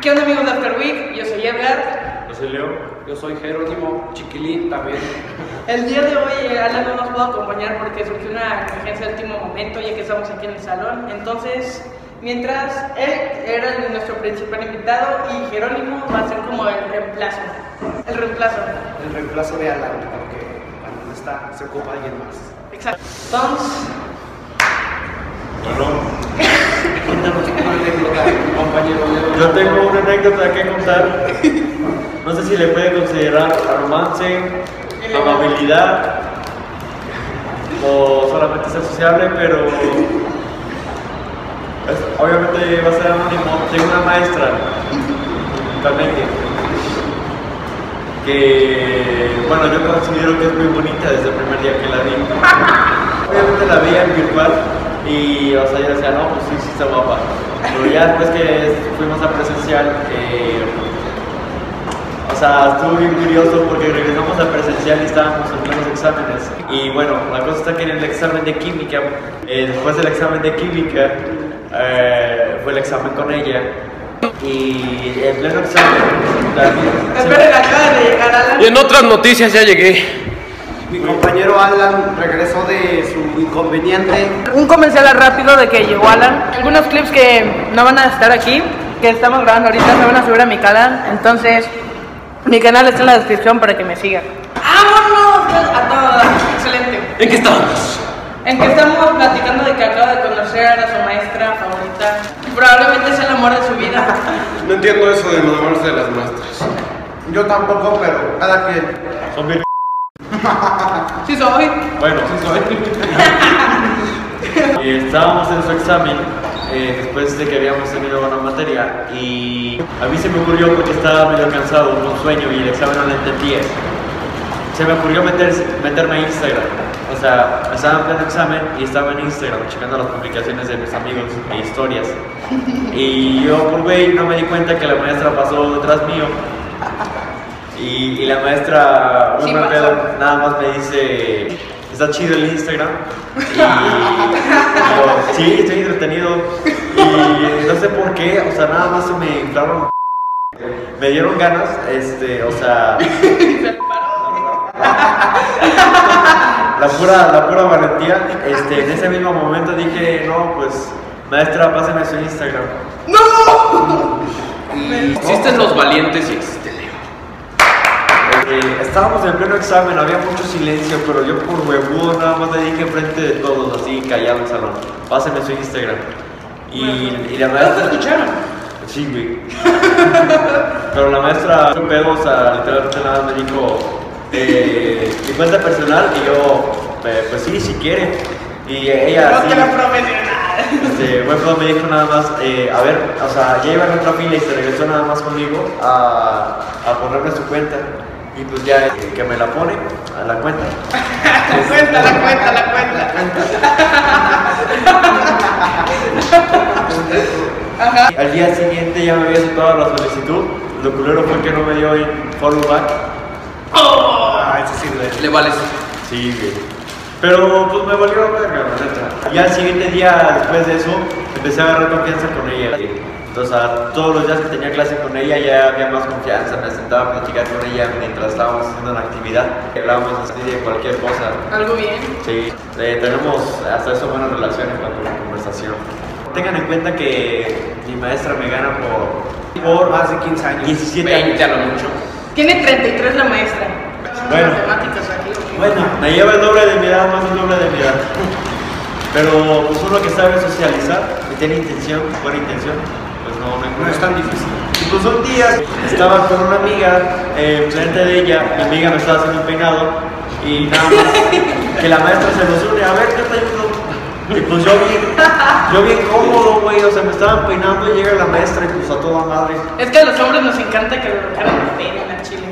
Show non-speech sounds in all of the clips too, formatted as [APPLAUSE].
¿Qué onda amigos de After Week? Yo soy Edgar. Yo soy Leo. Yo soy Jerónimo Chiquilín también. El día de hoy eh, Alan no nos pudo acompañar porque surgió una emergencia de último momento ya que estamos aquí en el salón. Entonces, mientras él era el- nuestro principal invitado y Jerónimo va a ser como el reemplazo. El reemplazo. El reemplazo de Alan, porque cuando no está, se ocupa alguien más. Exacto. Vamos. Bueno, Cuéntanos una anécdota, compañero Leo. yo tengo una anécdota que contar. No sé si le puede considerar a romance, eh, Ah, amabilidad o solamente ser sociable, pero es- obviamente va a ser anónimo. Tengo una maestra, Clemente, que bueno, yo considero que es muy bonita desde el primer día que la vi. Obviamente la veía en virtual y o sea, yo decía, no, pues sí, sí está guapa. Pero ya después que fuimos a presencial, eh, o sea, estuvo bien curioso porque regresamos a presencial y estábamos en los exámenes. Y bueno, la cosa está que en el examen de química, eh, después del examen de química, eh, fue el examen con ella. Y en pleno examen, la- se- Esperen, acaba de llegar Alan. Y en otras noticias ya llegué. Mi compañero Alan regresó de su inconveniente. Un comercial rápido de que llegó Alan. Algunos clips que no van a estar aquí, que estamos grabando ahorita, se van a subir a mi canal. Entonces, mi canal está en la descripción para que me sigan. ¡Vámonos! Pues, A todas. Excelente. ¿En qué estábamos? En que estamos platicando de que acaba de conocer a su maestra favorita. Probablemente es el amor de su [LAUGHS] vida. No entiendo eso de los amores de las maestras. Yo tampoco, pero cada quien. son bien- Sí soy. Bueno, [LAUGHS] Y estábamos en su examen eh, después de que habíamos tenido una materia y a mí se me ocurrió porque estaba medio cansado, un sueño y el examen no lo entendía. Se me ocurrió meter- meterme a Instagram. O sea, estaba en pleno examen y estaba en Instagram checando las publicaciones de mis amigos e historias. Y yo por güey no me di cuenta que la maestra pasó detrás mío. Y, y la maestra, un Sí mal pasó. pedo, nada más me dice, está chido el Instagram. Y yo, sí, estoy entretenido. Y no sé por qué, o sea, nada más se me inflaron. Me dieron ganas, este, o sea, la pura, la pura valentía. Este, en ese mismo momento dije, no, pues, maestra, pásame su Instagram. Existen los valientes y existe Leo. Eh, estábamos en pleno examen, había mucho silencio, pero yo por huevudo nada más le dije frente de todos, así callado en el salón. Pásame su Instagram. Y, y la ¿No te maestra. escucharon? Sí, güey. [LAUGHS] Pero la maestra, un pedo, o sea, literalmente nada más me dijo, eh, mi cuenta personal, y yo, eh, pues sí, si quiere. Y ella, No así, te la [LAUGHS] profesional. este, buen pedo me dijo nada más, eh, a ver, o sea, ya iba en otra fila y se regresó nada más conmigo a, a ponerme su cuenta. Y pues ya, eh, que me la pone a la cuenta. La cuenta, la cuenta, la cuenta. Ajá. Al día siguiente ya me había aceptado la solicitud, lo culero fue que no me dio el follow back. Ah, ese sí, güey. Le vales. Sí, güey. Pero pues me volvió a verga, la neta. Y al siguiente día, después de eso, empecé a agarrar confianza con ella. Entonces, a todos los días que tenía clase con ella, ya había más confianza. Me sentaba a platicar con ella mientras estábamos haciendo una actividad. Hablábamos así de cualquier cosa. Algo bien. Sí, eh, tenemos hasta eso buenas relaciones cuando la conversación. Tengan en cuenta que mi maestra me gana por, Por por más de 15 años. 17 años. 20 a lo mucho. Tiene 33 la maestra. Bueno. Matemáticas aquí. Bueno, me lleva el doble de mi edad, más el doble de mi edad. Pero pues uno que sabe socializar, que tiene intención, buena intención, pues no, no hay No es problema. tan difícil. Y pues un día estaba con una amiga, eh, enfrente de ella, mi amiga me estaba haciendo un peinado y nada más que la maestra se nos une, a ver, ¿qué te ayudo? Y pues yo bien, yo bien cómodo, güey, o sea, me estaban peinando y llega la maestra y pues a toda madre. Es que a los hombres nos encanta que lo hagan de pena en la chile.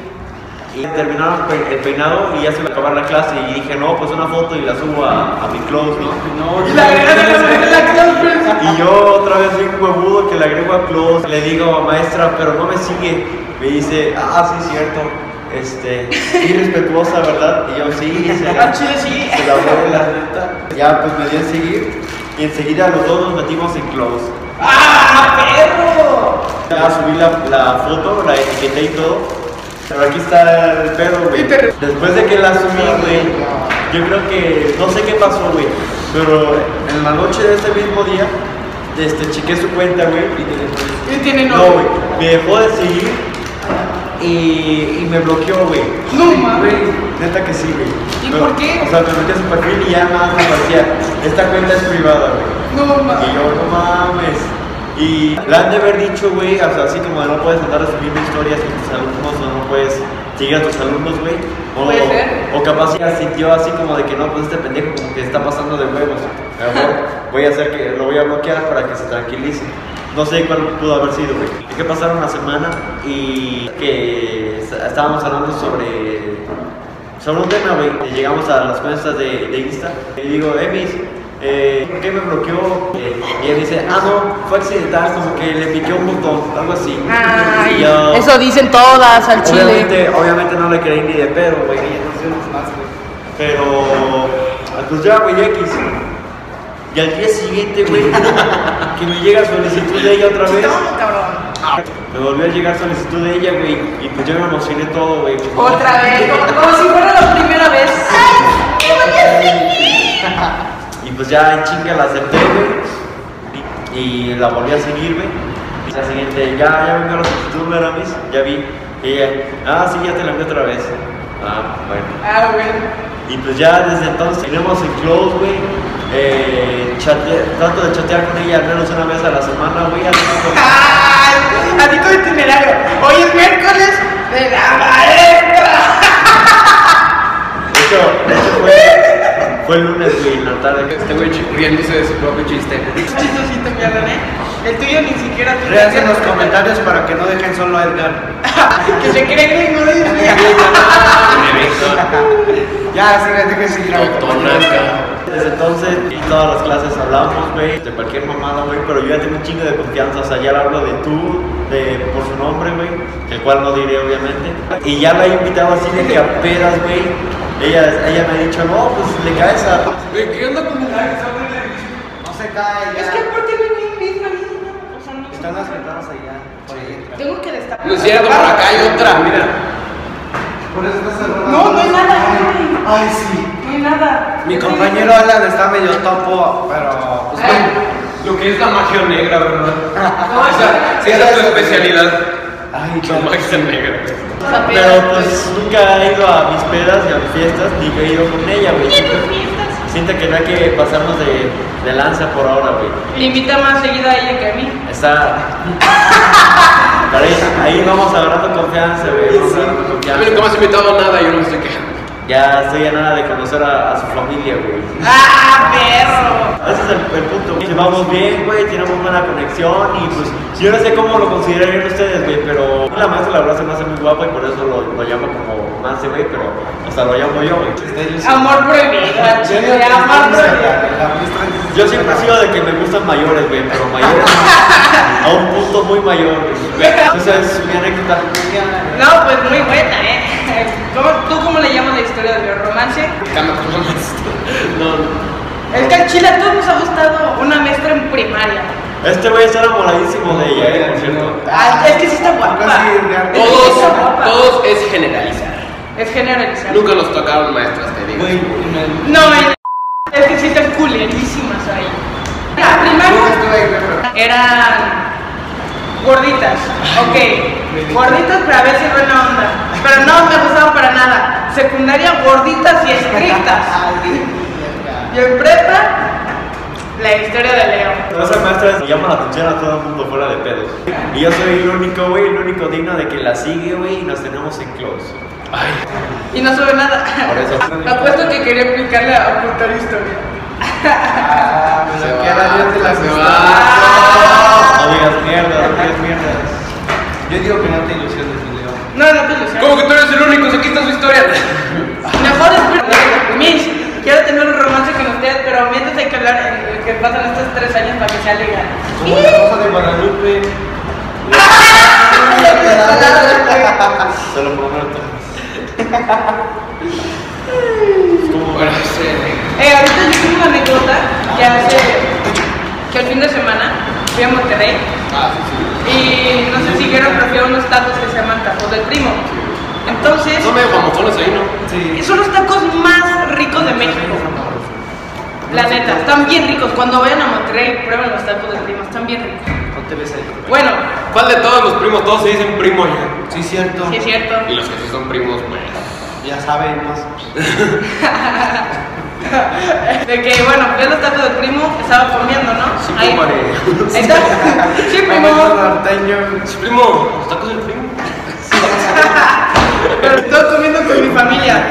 Y terminaron pe- el peinado y ya se iba a acabar la clase y dije, no, pues una foto y la subo a, a mi close, ¿no? Y la agregan a la- a la clase. Y yo otra vez bien huevudo que le agrego a Close, le digo maestra, pero no me sigue. Me dice, ah, sí, cierto. Este, irrespetuosa, ¿verdad? Y yo, sí, se Ah, [LAUGHS] la, chile, sí. se la voy la neta. Ya, pues me dio a seguir. Y enseguida los dos nos metimos en Close. ¡Ah, perro! Ya, subí la, la foto, la etiqueté y todo. Pero aquí está el pedo, güey. Después de que la subí, güey, yo creo que no sé qué pasó, güey. Pero en la noche de ese mismo día, este, chequé su cuenta, güey. Y, Y tiene no, güey. nombre. Me dejó de seguir y, y me bloqueó, güey. No mames. Neta que sí, güey. ¿Y Pero, por qué? O sea, me metí a su perfil y ya nada más me decía, esta cuenta es privada, güey. No Y mames. yo, no mames. Y le han de haber dicho, güey, o sea, así como de no puedes andar subiendo historias con tus alumnos o no puedes seguir a tus alumnos, güey. O, Puede ser. o capaz ya sintió así como de que no, pues este pendejo como que está pasando de huevos. A lo mejor voy a hacer que lo voy a bloquear para que se tranquilice. No sé cuál pudo haber sido, güey. Es que pasaron una semana y que est- estábamos hablando sobre sobre un tema, güey, llegamos a las cuentas de, de Insta y digo, Emis, eh, ¿por qué me bloqueó? Eh, y él dice, ah, no, fue accidental, como que le piqué un botón, algo así. Ay, Y yo, Eso dicen todas al chile. obviamente, obviamente no le creí ni de pedo, güey. Pero, ah, pues ya, güey, X. Y al día siguiente, güey, que me llega solicitud de ella otra vez. Chitón, cabrón. Me volvió a llegar solicitud de ella, güey, y pues yo me emocioné todo, güey. pues, Otra vez, como, como si fuera la primera vez. Ah, Y pues ya en chinga la acepté, güey. Y, y la volví a seguir, güey. Y la siguiente, ya, ya vengo a los números, ya vi. Y ella, ah, sí, ya te la envié otra vez. Ah, bueno. Ah, güey. Y pues ya desde entonces tenemos en close, güey. Eh, chate- trato de chatear con ella al menos una vez a la semana, güey. así como- Ay, así como itinerario. Hoy es miércoles de la maestra. De hecho, de hecho fue, fue el lunes, güey, en la tarde. Este güey chi- riéndose de su propio chiste. Chistosito, mi Alan, ¿eh? El tuyo ni siquiera te Léanse en los comentarios para que no dejen solo a Edgar. [LAUGHS] Que se creen gringos, [LAUGHS] dice. Ya, sí, les dejen seguir a Totonaca. Desde entonces, en todas las clases hablamos, güey, de cualquier mamada, güey, pero yo ya tengo un chingo de confianza, o sea, ya le hablo de tú, de, por su nombre, güey, el cual no diré, obviamente. Y ya la he invitado así de que a pedas, güey. Ella, ella me ha dicho, no, pues le caes a... Güey, ¿Qué onda con el No se cae, ya. Es que aparte no hay ni misma niña. O sea, no- Están las ventanas allá. por ahí. Tengo que destapar. No es cierto, por acá hay Ah, otra, mira. Por eso está cerrado. No, no hay nada, güey. Ay, sí. No hay nada. Mi Yo te compañero digo- Alan está medio topo, pero. Pues, Ay. bueno. Lo que es la magia negra, ¿verdad? No, O sea, si esa es tu [LAUGHS] especialidad, Ay, la no. magia negra. Pero pues nunca he ido a mis pedas y a mis fiestas, ni he ido con ella, güey. Siento que no hay que pasarnos de, de lanza por ahora, güey. Le invita más seguida a ella que a mí. Está... [LAUGHS] Pero ahí, ahí vamos agarrando confianza, güey. Vamos agarrando Ya confianza. ven, nunca me has invitado a nada, yo no me estoy quejando. Ya estoy a nada de conocer a, a su familia, güey. ¡Ah, perro! Ese es el, el punto. güey. Llevamos bien, güey, tenemos buena conexión y pues yo no sé cómo lo considerarían ustedes, güey, pero la maestra la verdad se me hace muy guapa y por eso lo, lo llamo como Mance, güey, pero o sea, lo llamo yo, güey. Amor prohibido, al chile, amor prohibido. Yo siempre he sido de que me gustan mayores, güey, pero mayores a un punto muy mayor, güey. Esa es mi anécdota. No, pues muy buena, ¿eh? [LAUGHS] ¿Cómo, ¿Tú cómo le llamas la historia del romance? Cama con mamás. No, no. Es que al chile a todos nos ha gustado una maestra en primaria. Este güey está enamoradísimo de ella, eh, por cierto. Ah, es que sí está guapa. Es que sí está Todos, guapa. todos es generalizar. Es generalizar. Nunca nos tocaron maestras, te digo. No, en la- es que sí están culerísimas ahí. La primaria eran gorditas, ok. Gorditas, pero a veces buena onda. Pero no me gustaban para nada. Secundaria, gorditas y [LAUGHS] estrictas. Y en prepa, la historia de Leo. Pero Esa maestra llama la atención a todo el mundo fuera de pedos. Y yo soy el único, güey, el único digno de que la sigue, güey, y nos tenemos en close. Y no sube nada. Por eso. Apuesto que quería explicarle a ocultar historia. Se Que ahora yo te la se gustaba. va. No digas mierda, no digas mierda. Yo digo que no te ilusiones, Leo. No, no te ilusiones. ¿Cómo que tú eres el único? Aquí está su historia. Mejor espera. Miss, quiero tener un romance con usted, pero mientras hay que hablar en lo que pasan estos tres años para que sea legal. Como la rosa de Guadalupe. Se lo [LAUGHS] prometo. Bueno, sí. [LAUGHS] Eh, ahorita yo tengo una anécdota que hace que el fin de semana fui a Monterrey Ah, sí, sí. y no sé si yo pero prefiero unos tacos que se llaman tacos del primo. Entonces, Son medio famosones ahí, ¿no? Sí. son los tacos más ricos de México. La neta, están bien ricos. Cuando vayan a Monterrey, prueben los tacos del primo, están bien ricos. No te ves ahí. Bueno, ¿Cuál de todos los primos? Todos se dicen primo ya. Sí, cierto. sí es cierto. Y los que sí son primos, pues. Ya sabemos. De que, bueno, yo los tacos del primo estaba comiendo, ¿no? Sí, Ahí- compadre. Ahí está. Sí, primo. norteño. Sí, primo, los tacos del primo. Pero estoy comiendo con mi familia.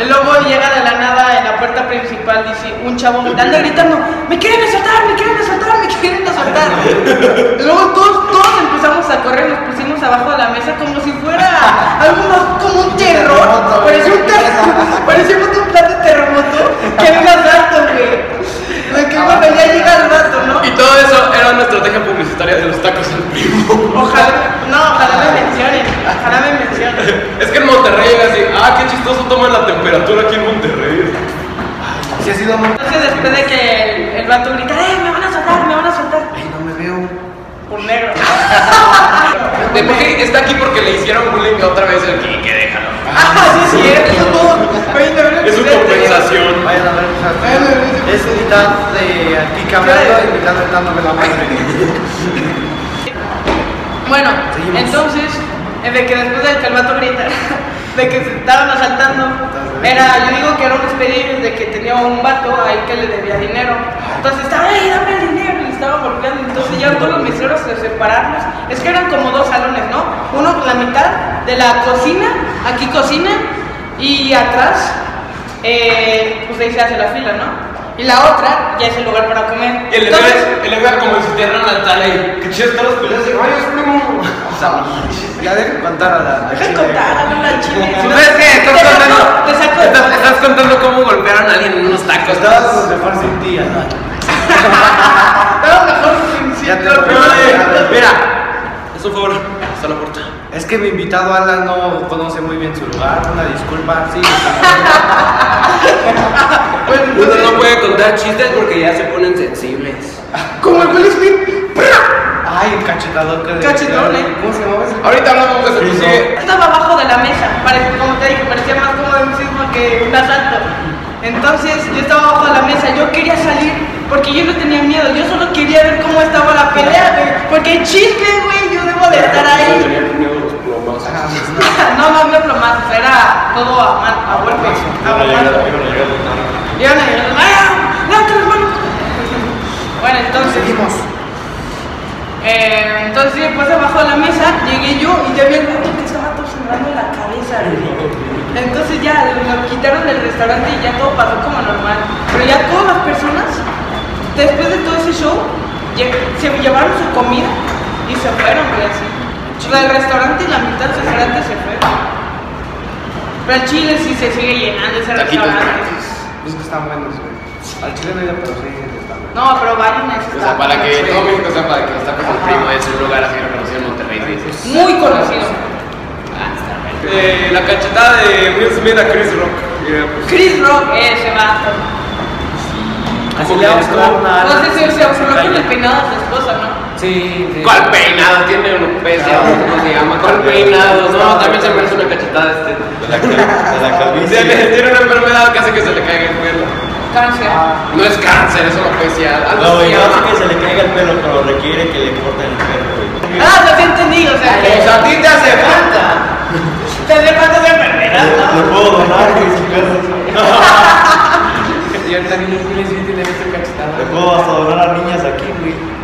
Y luego llega de la nada en la puerta principal, dice un chavo anda gritando, me quieren asaltar, me quieren asaltar, me quieren asaltar. Y luego todos, todos empezamos a correr, nos pusimos abajo de la mesa como si fuera algo como un terror. Parecía un terremoto, parecíamos un plan de terremoto que era un asalto, güey. De que cuando ya llega el rato, ¿no? Y todo eso era una estrategia publicitaria de los tacos del primo. Ojalá, no, ojalá me mencionen, ojalá me mencionen. Es que en Monterrey llega así, ah, qué chistoso toman la temperatura aquí en Monterrey. Sí ha sido muy... Entonces después de que el, el vato grita, ¡eh, me van a soltar, me van a soltar! Ay, no me veo. Por negro. De por qué está aquí porque le hicieron bullying otra vez el que, que déjalo. ¡Ah, sí es cierto! [LAUGHS] Oye, de verdad, Es su excelente. compensación. Vayan a ver o sea, Es mitad de aquí hablando y mitad dándome la madre. Bueno, Seguimos. entonces, eh, de que después de que el vato grita, [LAUGHS] de que se estaban asaltando, era, yo digo que era un expediente de que tenía un vato ahí que le debía dinero. Entonces estaba, ¡ay, dame el dinero! Y le estaba golpeando. Entonces ya todos los meseros se separaron. Es que eran como dos salones, ¿no? Uno pues, la mitad de la cocina, aquí cocina, y atrás, eh, pues ahí se hace la fila, ¿no? Y la otra ya es el lugar para comer. Y el Entonces- lugar, el lugar como si tierra natal ahí. Qué chido están las peleas de gallos, primo. O sea, ya dejen contar a la... a Deja Chile. contar, háblale al chile. Si no- ¿Sabes qué? Estás Te saco- contando, Te saco. estás, estás contando cómo golpearon a alguien en unos tacos. Estabas mejor sin ti, Ana. Estaba mejor sin- sin Ya te golpe. lo eh, Ay, Mira, es un favor, hasta la puerta. Es que mi invitado Alan no conoce muy bien su lugar, una disculpa, sí. Bueno, Uno entonces, no puede contar chistes porque ya se ponen sensibles. Como el Will Smith. Ay, cachetadón que le- Cachetón, ¿eh? ¿Cómo se llamaba ese? Ahorita hablamos de eso, tú Sí, sigue. Estaba abajo de la mesa. Parece, como te dije, parecía más cómodo un sismo que un asalto. Entonces yo estaba abajo de la mesa. Yo quería salir porque yo no tenía miedo. Yo solo quería ver cómo estaba la pelea, güey. Porque chisme, güey. Yo debo de estar ahí. [LAUGHS] no, no había plomazos, era todo a, man- a golpe. Iban a llegar, iban a llegar los narcos. Iban a llorar, ¡ah! ¡Levanta las manos! Bueno, entonces. Eh, entonces, sí, pues abajo de la mesa llegué yo y ya vi el gato que estaba tosinando la cabeza. güey. Entonces ya lo quitaron del restaurante y ya todo pasó como normal. Pero ya todas las personas, después de todo ese show, lle- se llevaron su comida y se fueron, güey, así. O sea, el restaurante y la mitad del restaurante se fue. Pero el Chile sí se sigue llenando ese Taquitos restaurante. gratis. Los que están buenos, güey. Al chile no iba, pero sí, están buenos. No, pero vayan a ese O sea, para que restaurante. todo México sepa que los tacos del primo es un lugar así reconocido en Monterrey. ¿sí? Muy conocido. Ah, Eh, la cachetada de Will Smith a Chris Rock. Chris Rock, ese vato. Así le vamos a dar una Ah, No Alan. sé si se observó con el peinado de su esposa, ¿no? Sí, sí. ¿Cuál peinado tiene un pez? ya, ¿Cómo se llama? ¿Cuál peinado? No, también se merece una cachetada este. De la cal- de la Se le- [LAUGHS] calvicie. Tiene una enfermedad que hace que se le caiga el pelo. Cáncer. No es cáncer, eso lo decía. No, güey, no hace que se le caiga el pelo, pero requiere que le corten el pelo, güey. Ah, no te entendí, o sea, Pues que a ti te hace falta. te hace falta de enfermedad, Le ¿no? puedo donar, güey, si quieres. [LAUGHS] Y ahorita niños Will Smith y le este meten cachetada. Le puedo hasta donar a niñas aquí, güey.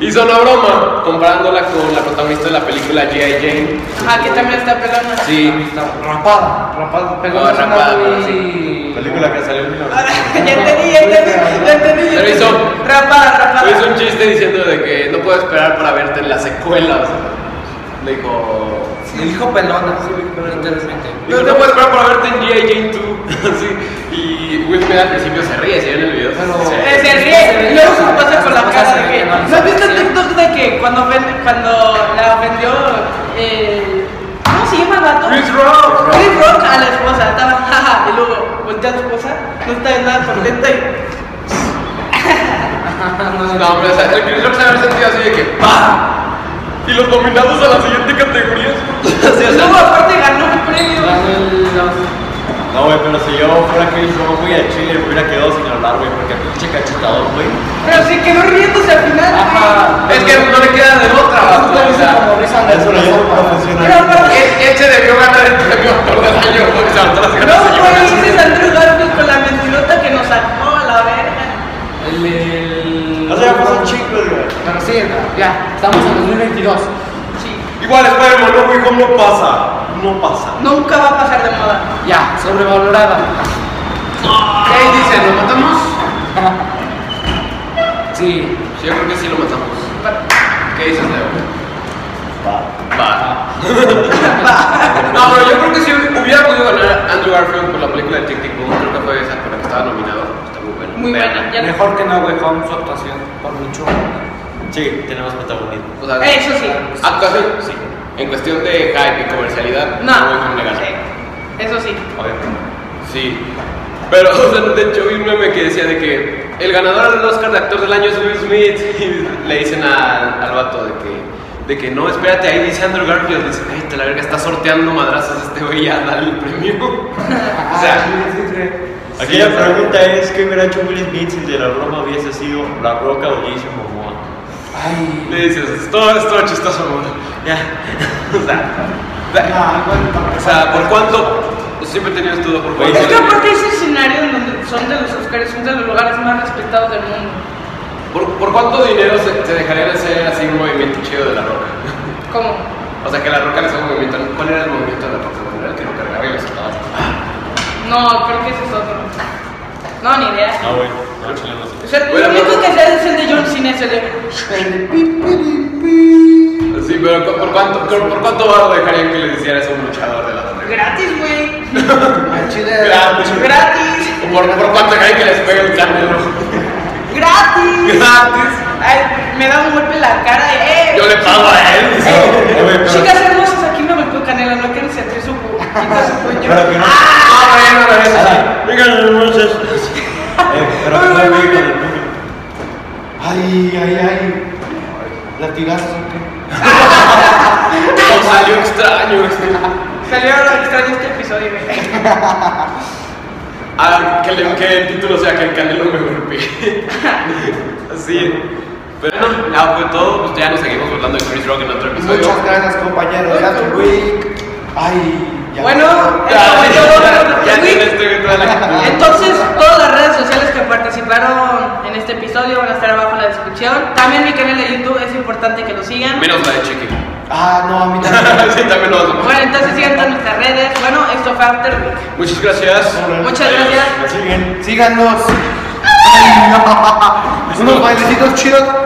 hizo una broma comparándola con la protagonista de la película G.I. Jane. Ajá, que también está pelona. Sí, Rapada, rapada, pero No, es una rapada, muy- pero Película que salió en 1900. Ahora, [LAUGHS] [LAUGHS] ya entendí, ya entendí, ya entendí. ya Pero hizo- entendí. Rapada, rapada. hizo un chiste diciendo de que no puedo esperar para verte en las secuelas. Le dijo, Le dijo pelona. dijo, no puedo esperar para verte en G.I. Jane 2. [LAUGHS] Sí. Y Will Smith al principio se ríe, se ve en el video. Pero- Eh, se- Se ríe, y luego se lo pasa con la cara de que. No, no, ¿No has visto el sí. TikTok de que cuando, ven- cuando la vendió. eh, ¿Cómo se Chris Rock. Chris Rock a la esposa, estaba [LAUGHS] jaja, y luego voltea a la esposa, no está nada contenta y No, pero o sea, el Chris Rock se había sentido así de que ¡pa! Y los nominados a la siguiente categoría. [LAUGHS] Sí, o sea, luego aparte ganó un premio. No, güey, pero si yo fuera Chris Rock, güey, a Chile me hubiera quedado sin hablar, güey, porque pinche cachetador, güey. Pero se quedó riéndose al final, güey. Es que no le queda de otra, Ah, vato, Ah, o sea, Ah, e-, Eso no es profesional. Pero aparte, él, él se debió ganar el premio actor del año, güey, o sea, todas las no, ganas se güey, llevan. ese es Andrew Garfield con la mentirota que nos sacó a la verga. El, el... No se llama un chico, güey. Bueno, sí, ya, estamos en 2022. Sí, Igual Spider-Man, no, güey, ¿cómo no pasa? No pasa. nunca va a pasar de moda. Ya, sobrevalorada. ¿Qué dicen? ¿Lo matamos? Sí. Sí, yo creo que sí lo matamos. ¿Qué dices, Leo? Va. [LAUGHS] No, pero yo creo que si hubiera podido ganar Andrew Garfield por la película de Tic Tic Boom, creo que fue esa por la que estaba nominado. Está muy buena. Muy Vean. buena, ya no- Mejor que Nahue con su actuación, por mucho. Sí, tenemos protagonismo. O sea, Eh, Eso sí. Actuación, sí. En cuestión de hype y comercialidad, No, voy con legal. sí, eso sí. Sí. Pero, [LAUGHS] o sea, de hecho, vi un meme que decía de que el ganador del Oscar de actor del año es Will Smith. [LAUGHS] Y le dicen a- al vato de que, de que no, espérate, ahí dice Andrew Garfield. Dice, ay, te la verga, está sorteando madrazos este güey a darle el premio. [LAUGHS] o sea, Aquí la pregunta es: ¿qué hubiera hecho Will Smith si de la broma hubiese sido La Roca o Jason Momoa? Ay. le dices, todo esto chistoso, mamón". Ya. o sea, da- Ah, bueno, o sea, ¿por cuánto? Siempre he tenido estudo por Güey, cuánto. Es que aparte ese escenario en donde son de los Oscars, son de los lugares más respetados del mundo. ¿Por, por cuánto dinero se, se dejarían hacer así un movimiento chido de la roca? ¿Cómo? O sea, que la roca le hacía un movimiento. ¿Cuál era el movimiento de la roca? Bueno, era el que lo cargaba y lo soltaba. No, creo que ese es otro. No, ni idea. No, güey, no, chile, no sé. O sea, Bueno, lo único pero- que sé es el de John Cena, ese de... Sí, pero ¿cu- ¿por cuánto, por, por cuánto barro dejarían que les hiciera eso a un luchador de la roca? Gratis, güey. al chile. Gratis. Gratis. ¿O por, por cuánto dejarían que les pegue el canelo? Gratis. Gratis. Ay, me da un golpe en la cara de... ¡Eh! Yo le pago a él. dice. Eh, Oye, pero- chicas hermosas, aquí me golpeó Canela, no quieren sentir su quita su puño. Pero que no. Ah, bueno, la vez. Ala, Vengan, muchachos. Eh, pero que no me con el puño. Ay, ay, ay. Latigazos, ¿o qué? Nos salió extraño. este. Salió lo extraño este episodio, güey. Ah, que, le, que el título sea que el canelo me golpee. Así. Pero bueno, ya fue todo. Pues ya nos seguimos hablando de Chris Rock en otro episodio. Muchas gracias, compañeros. Ya tu week. Ay, ya. Bueno, el Ya, caballero ya, ya, de Week. tienes tú toda la actitud. Entonces, todas las redes sociales que participaron en este episodio van a estar abajo en la descripción. También mi canal de YouTube es importante que lo sigan. Menos la de Chiqui. Ah, no, a mí también. [LAUGHS] sí, también lo vamos a Bueno, entonces sigan todas nuestras redes. Bueno, esto fue After Week. Muchas gracias. Muchas gracias. Así bien. [LAUGHS] Síganos. Ay, no. Unos bailecitos chidos.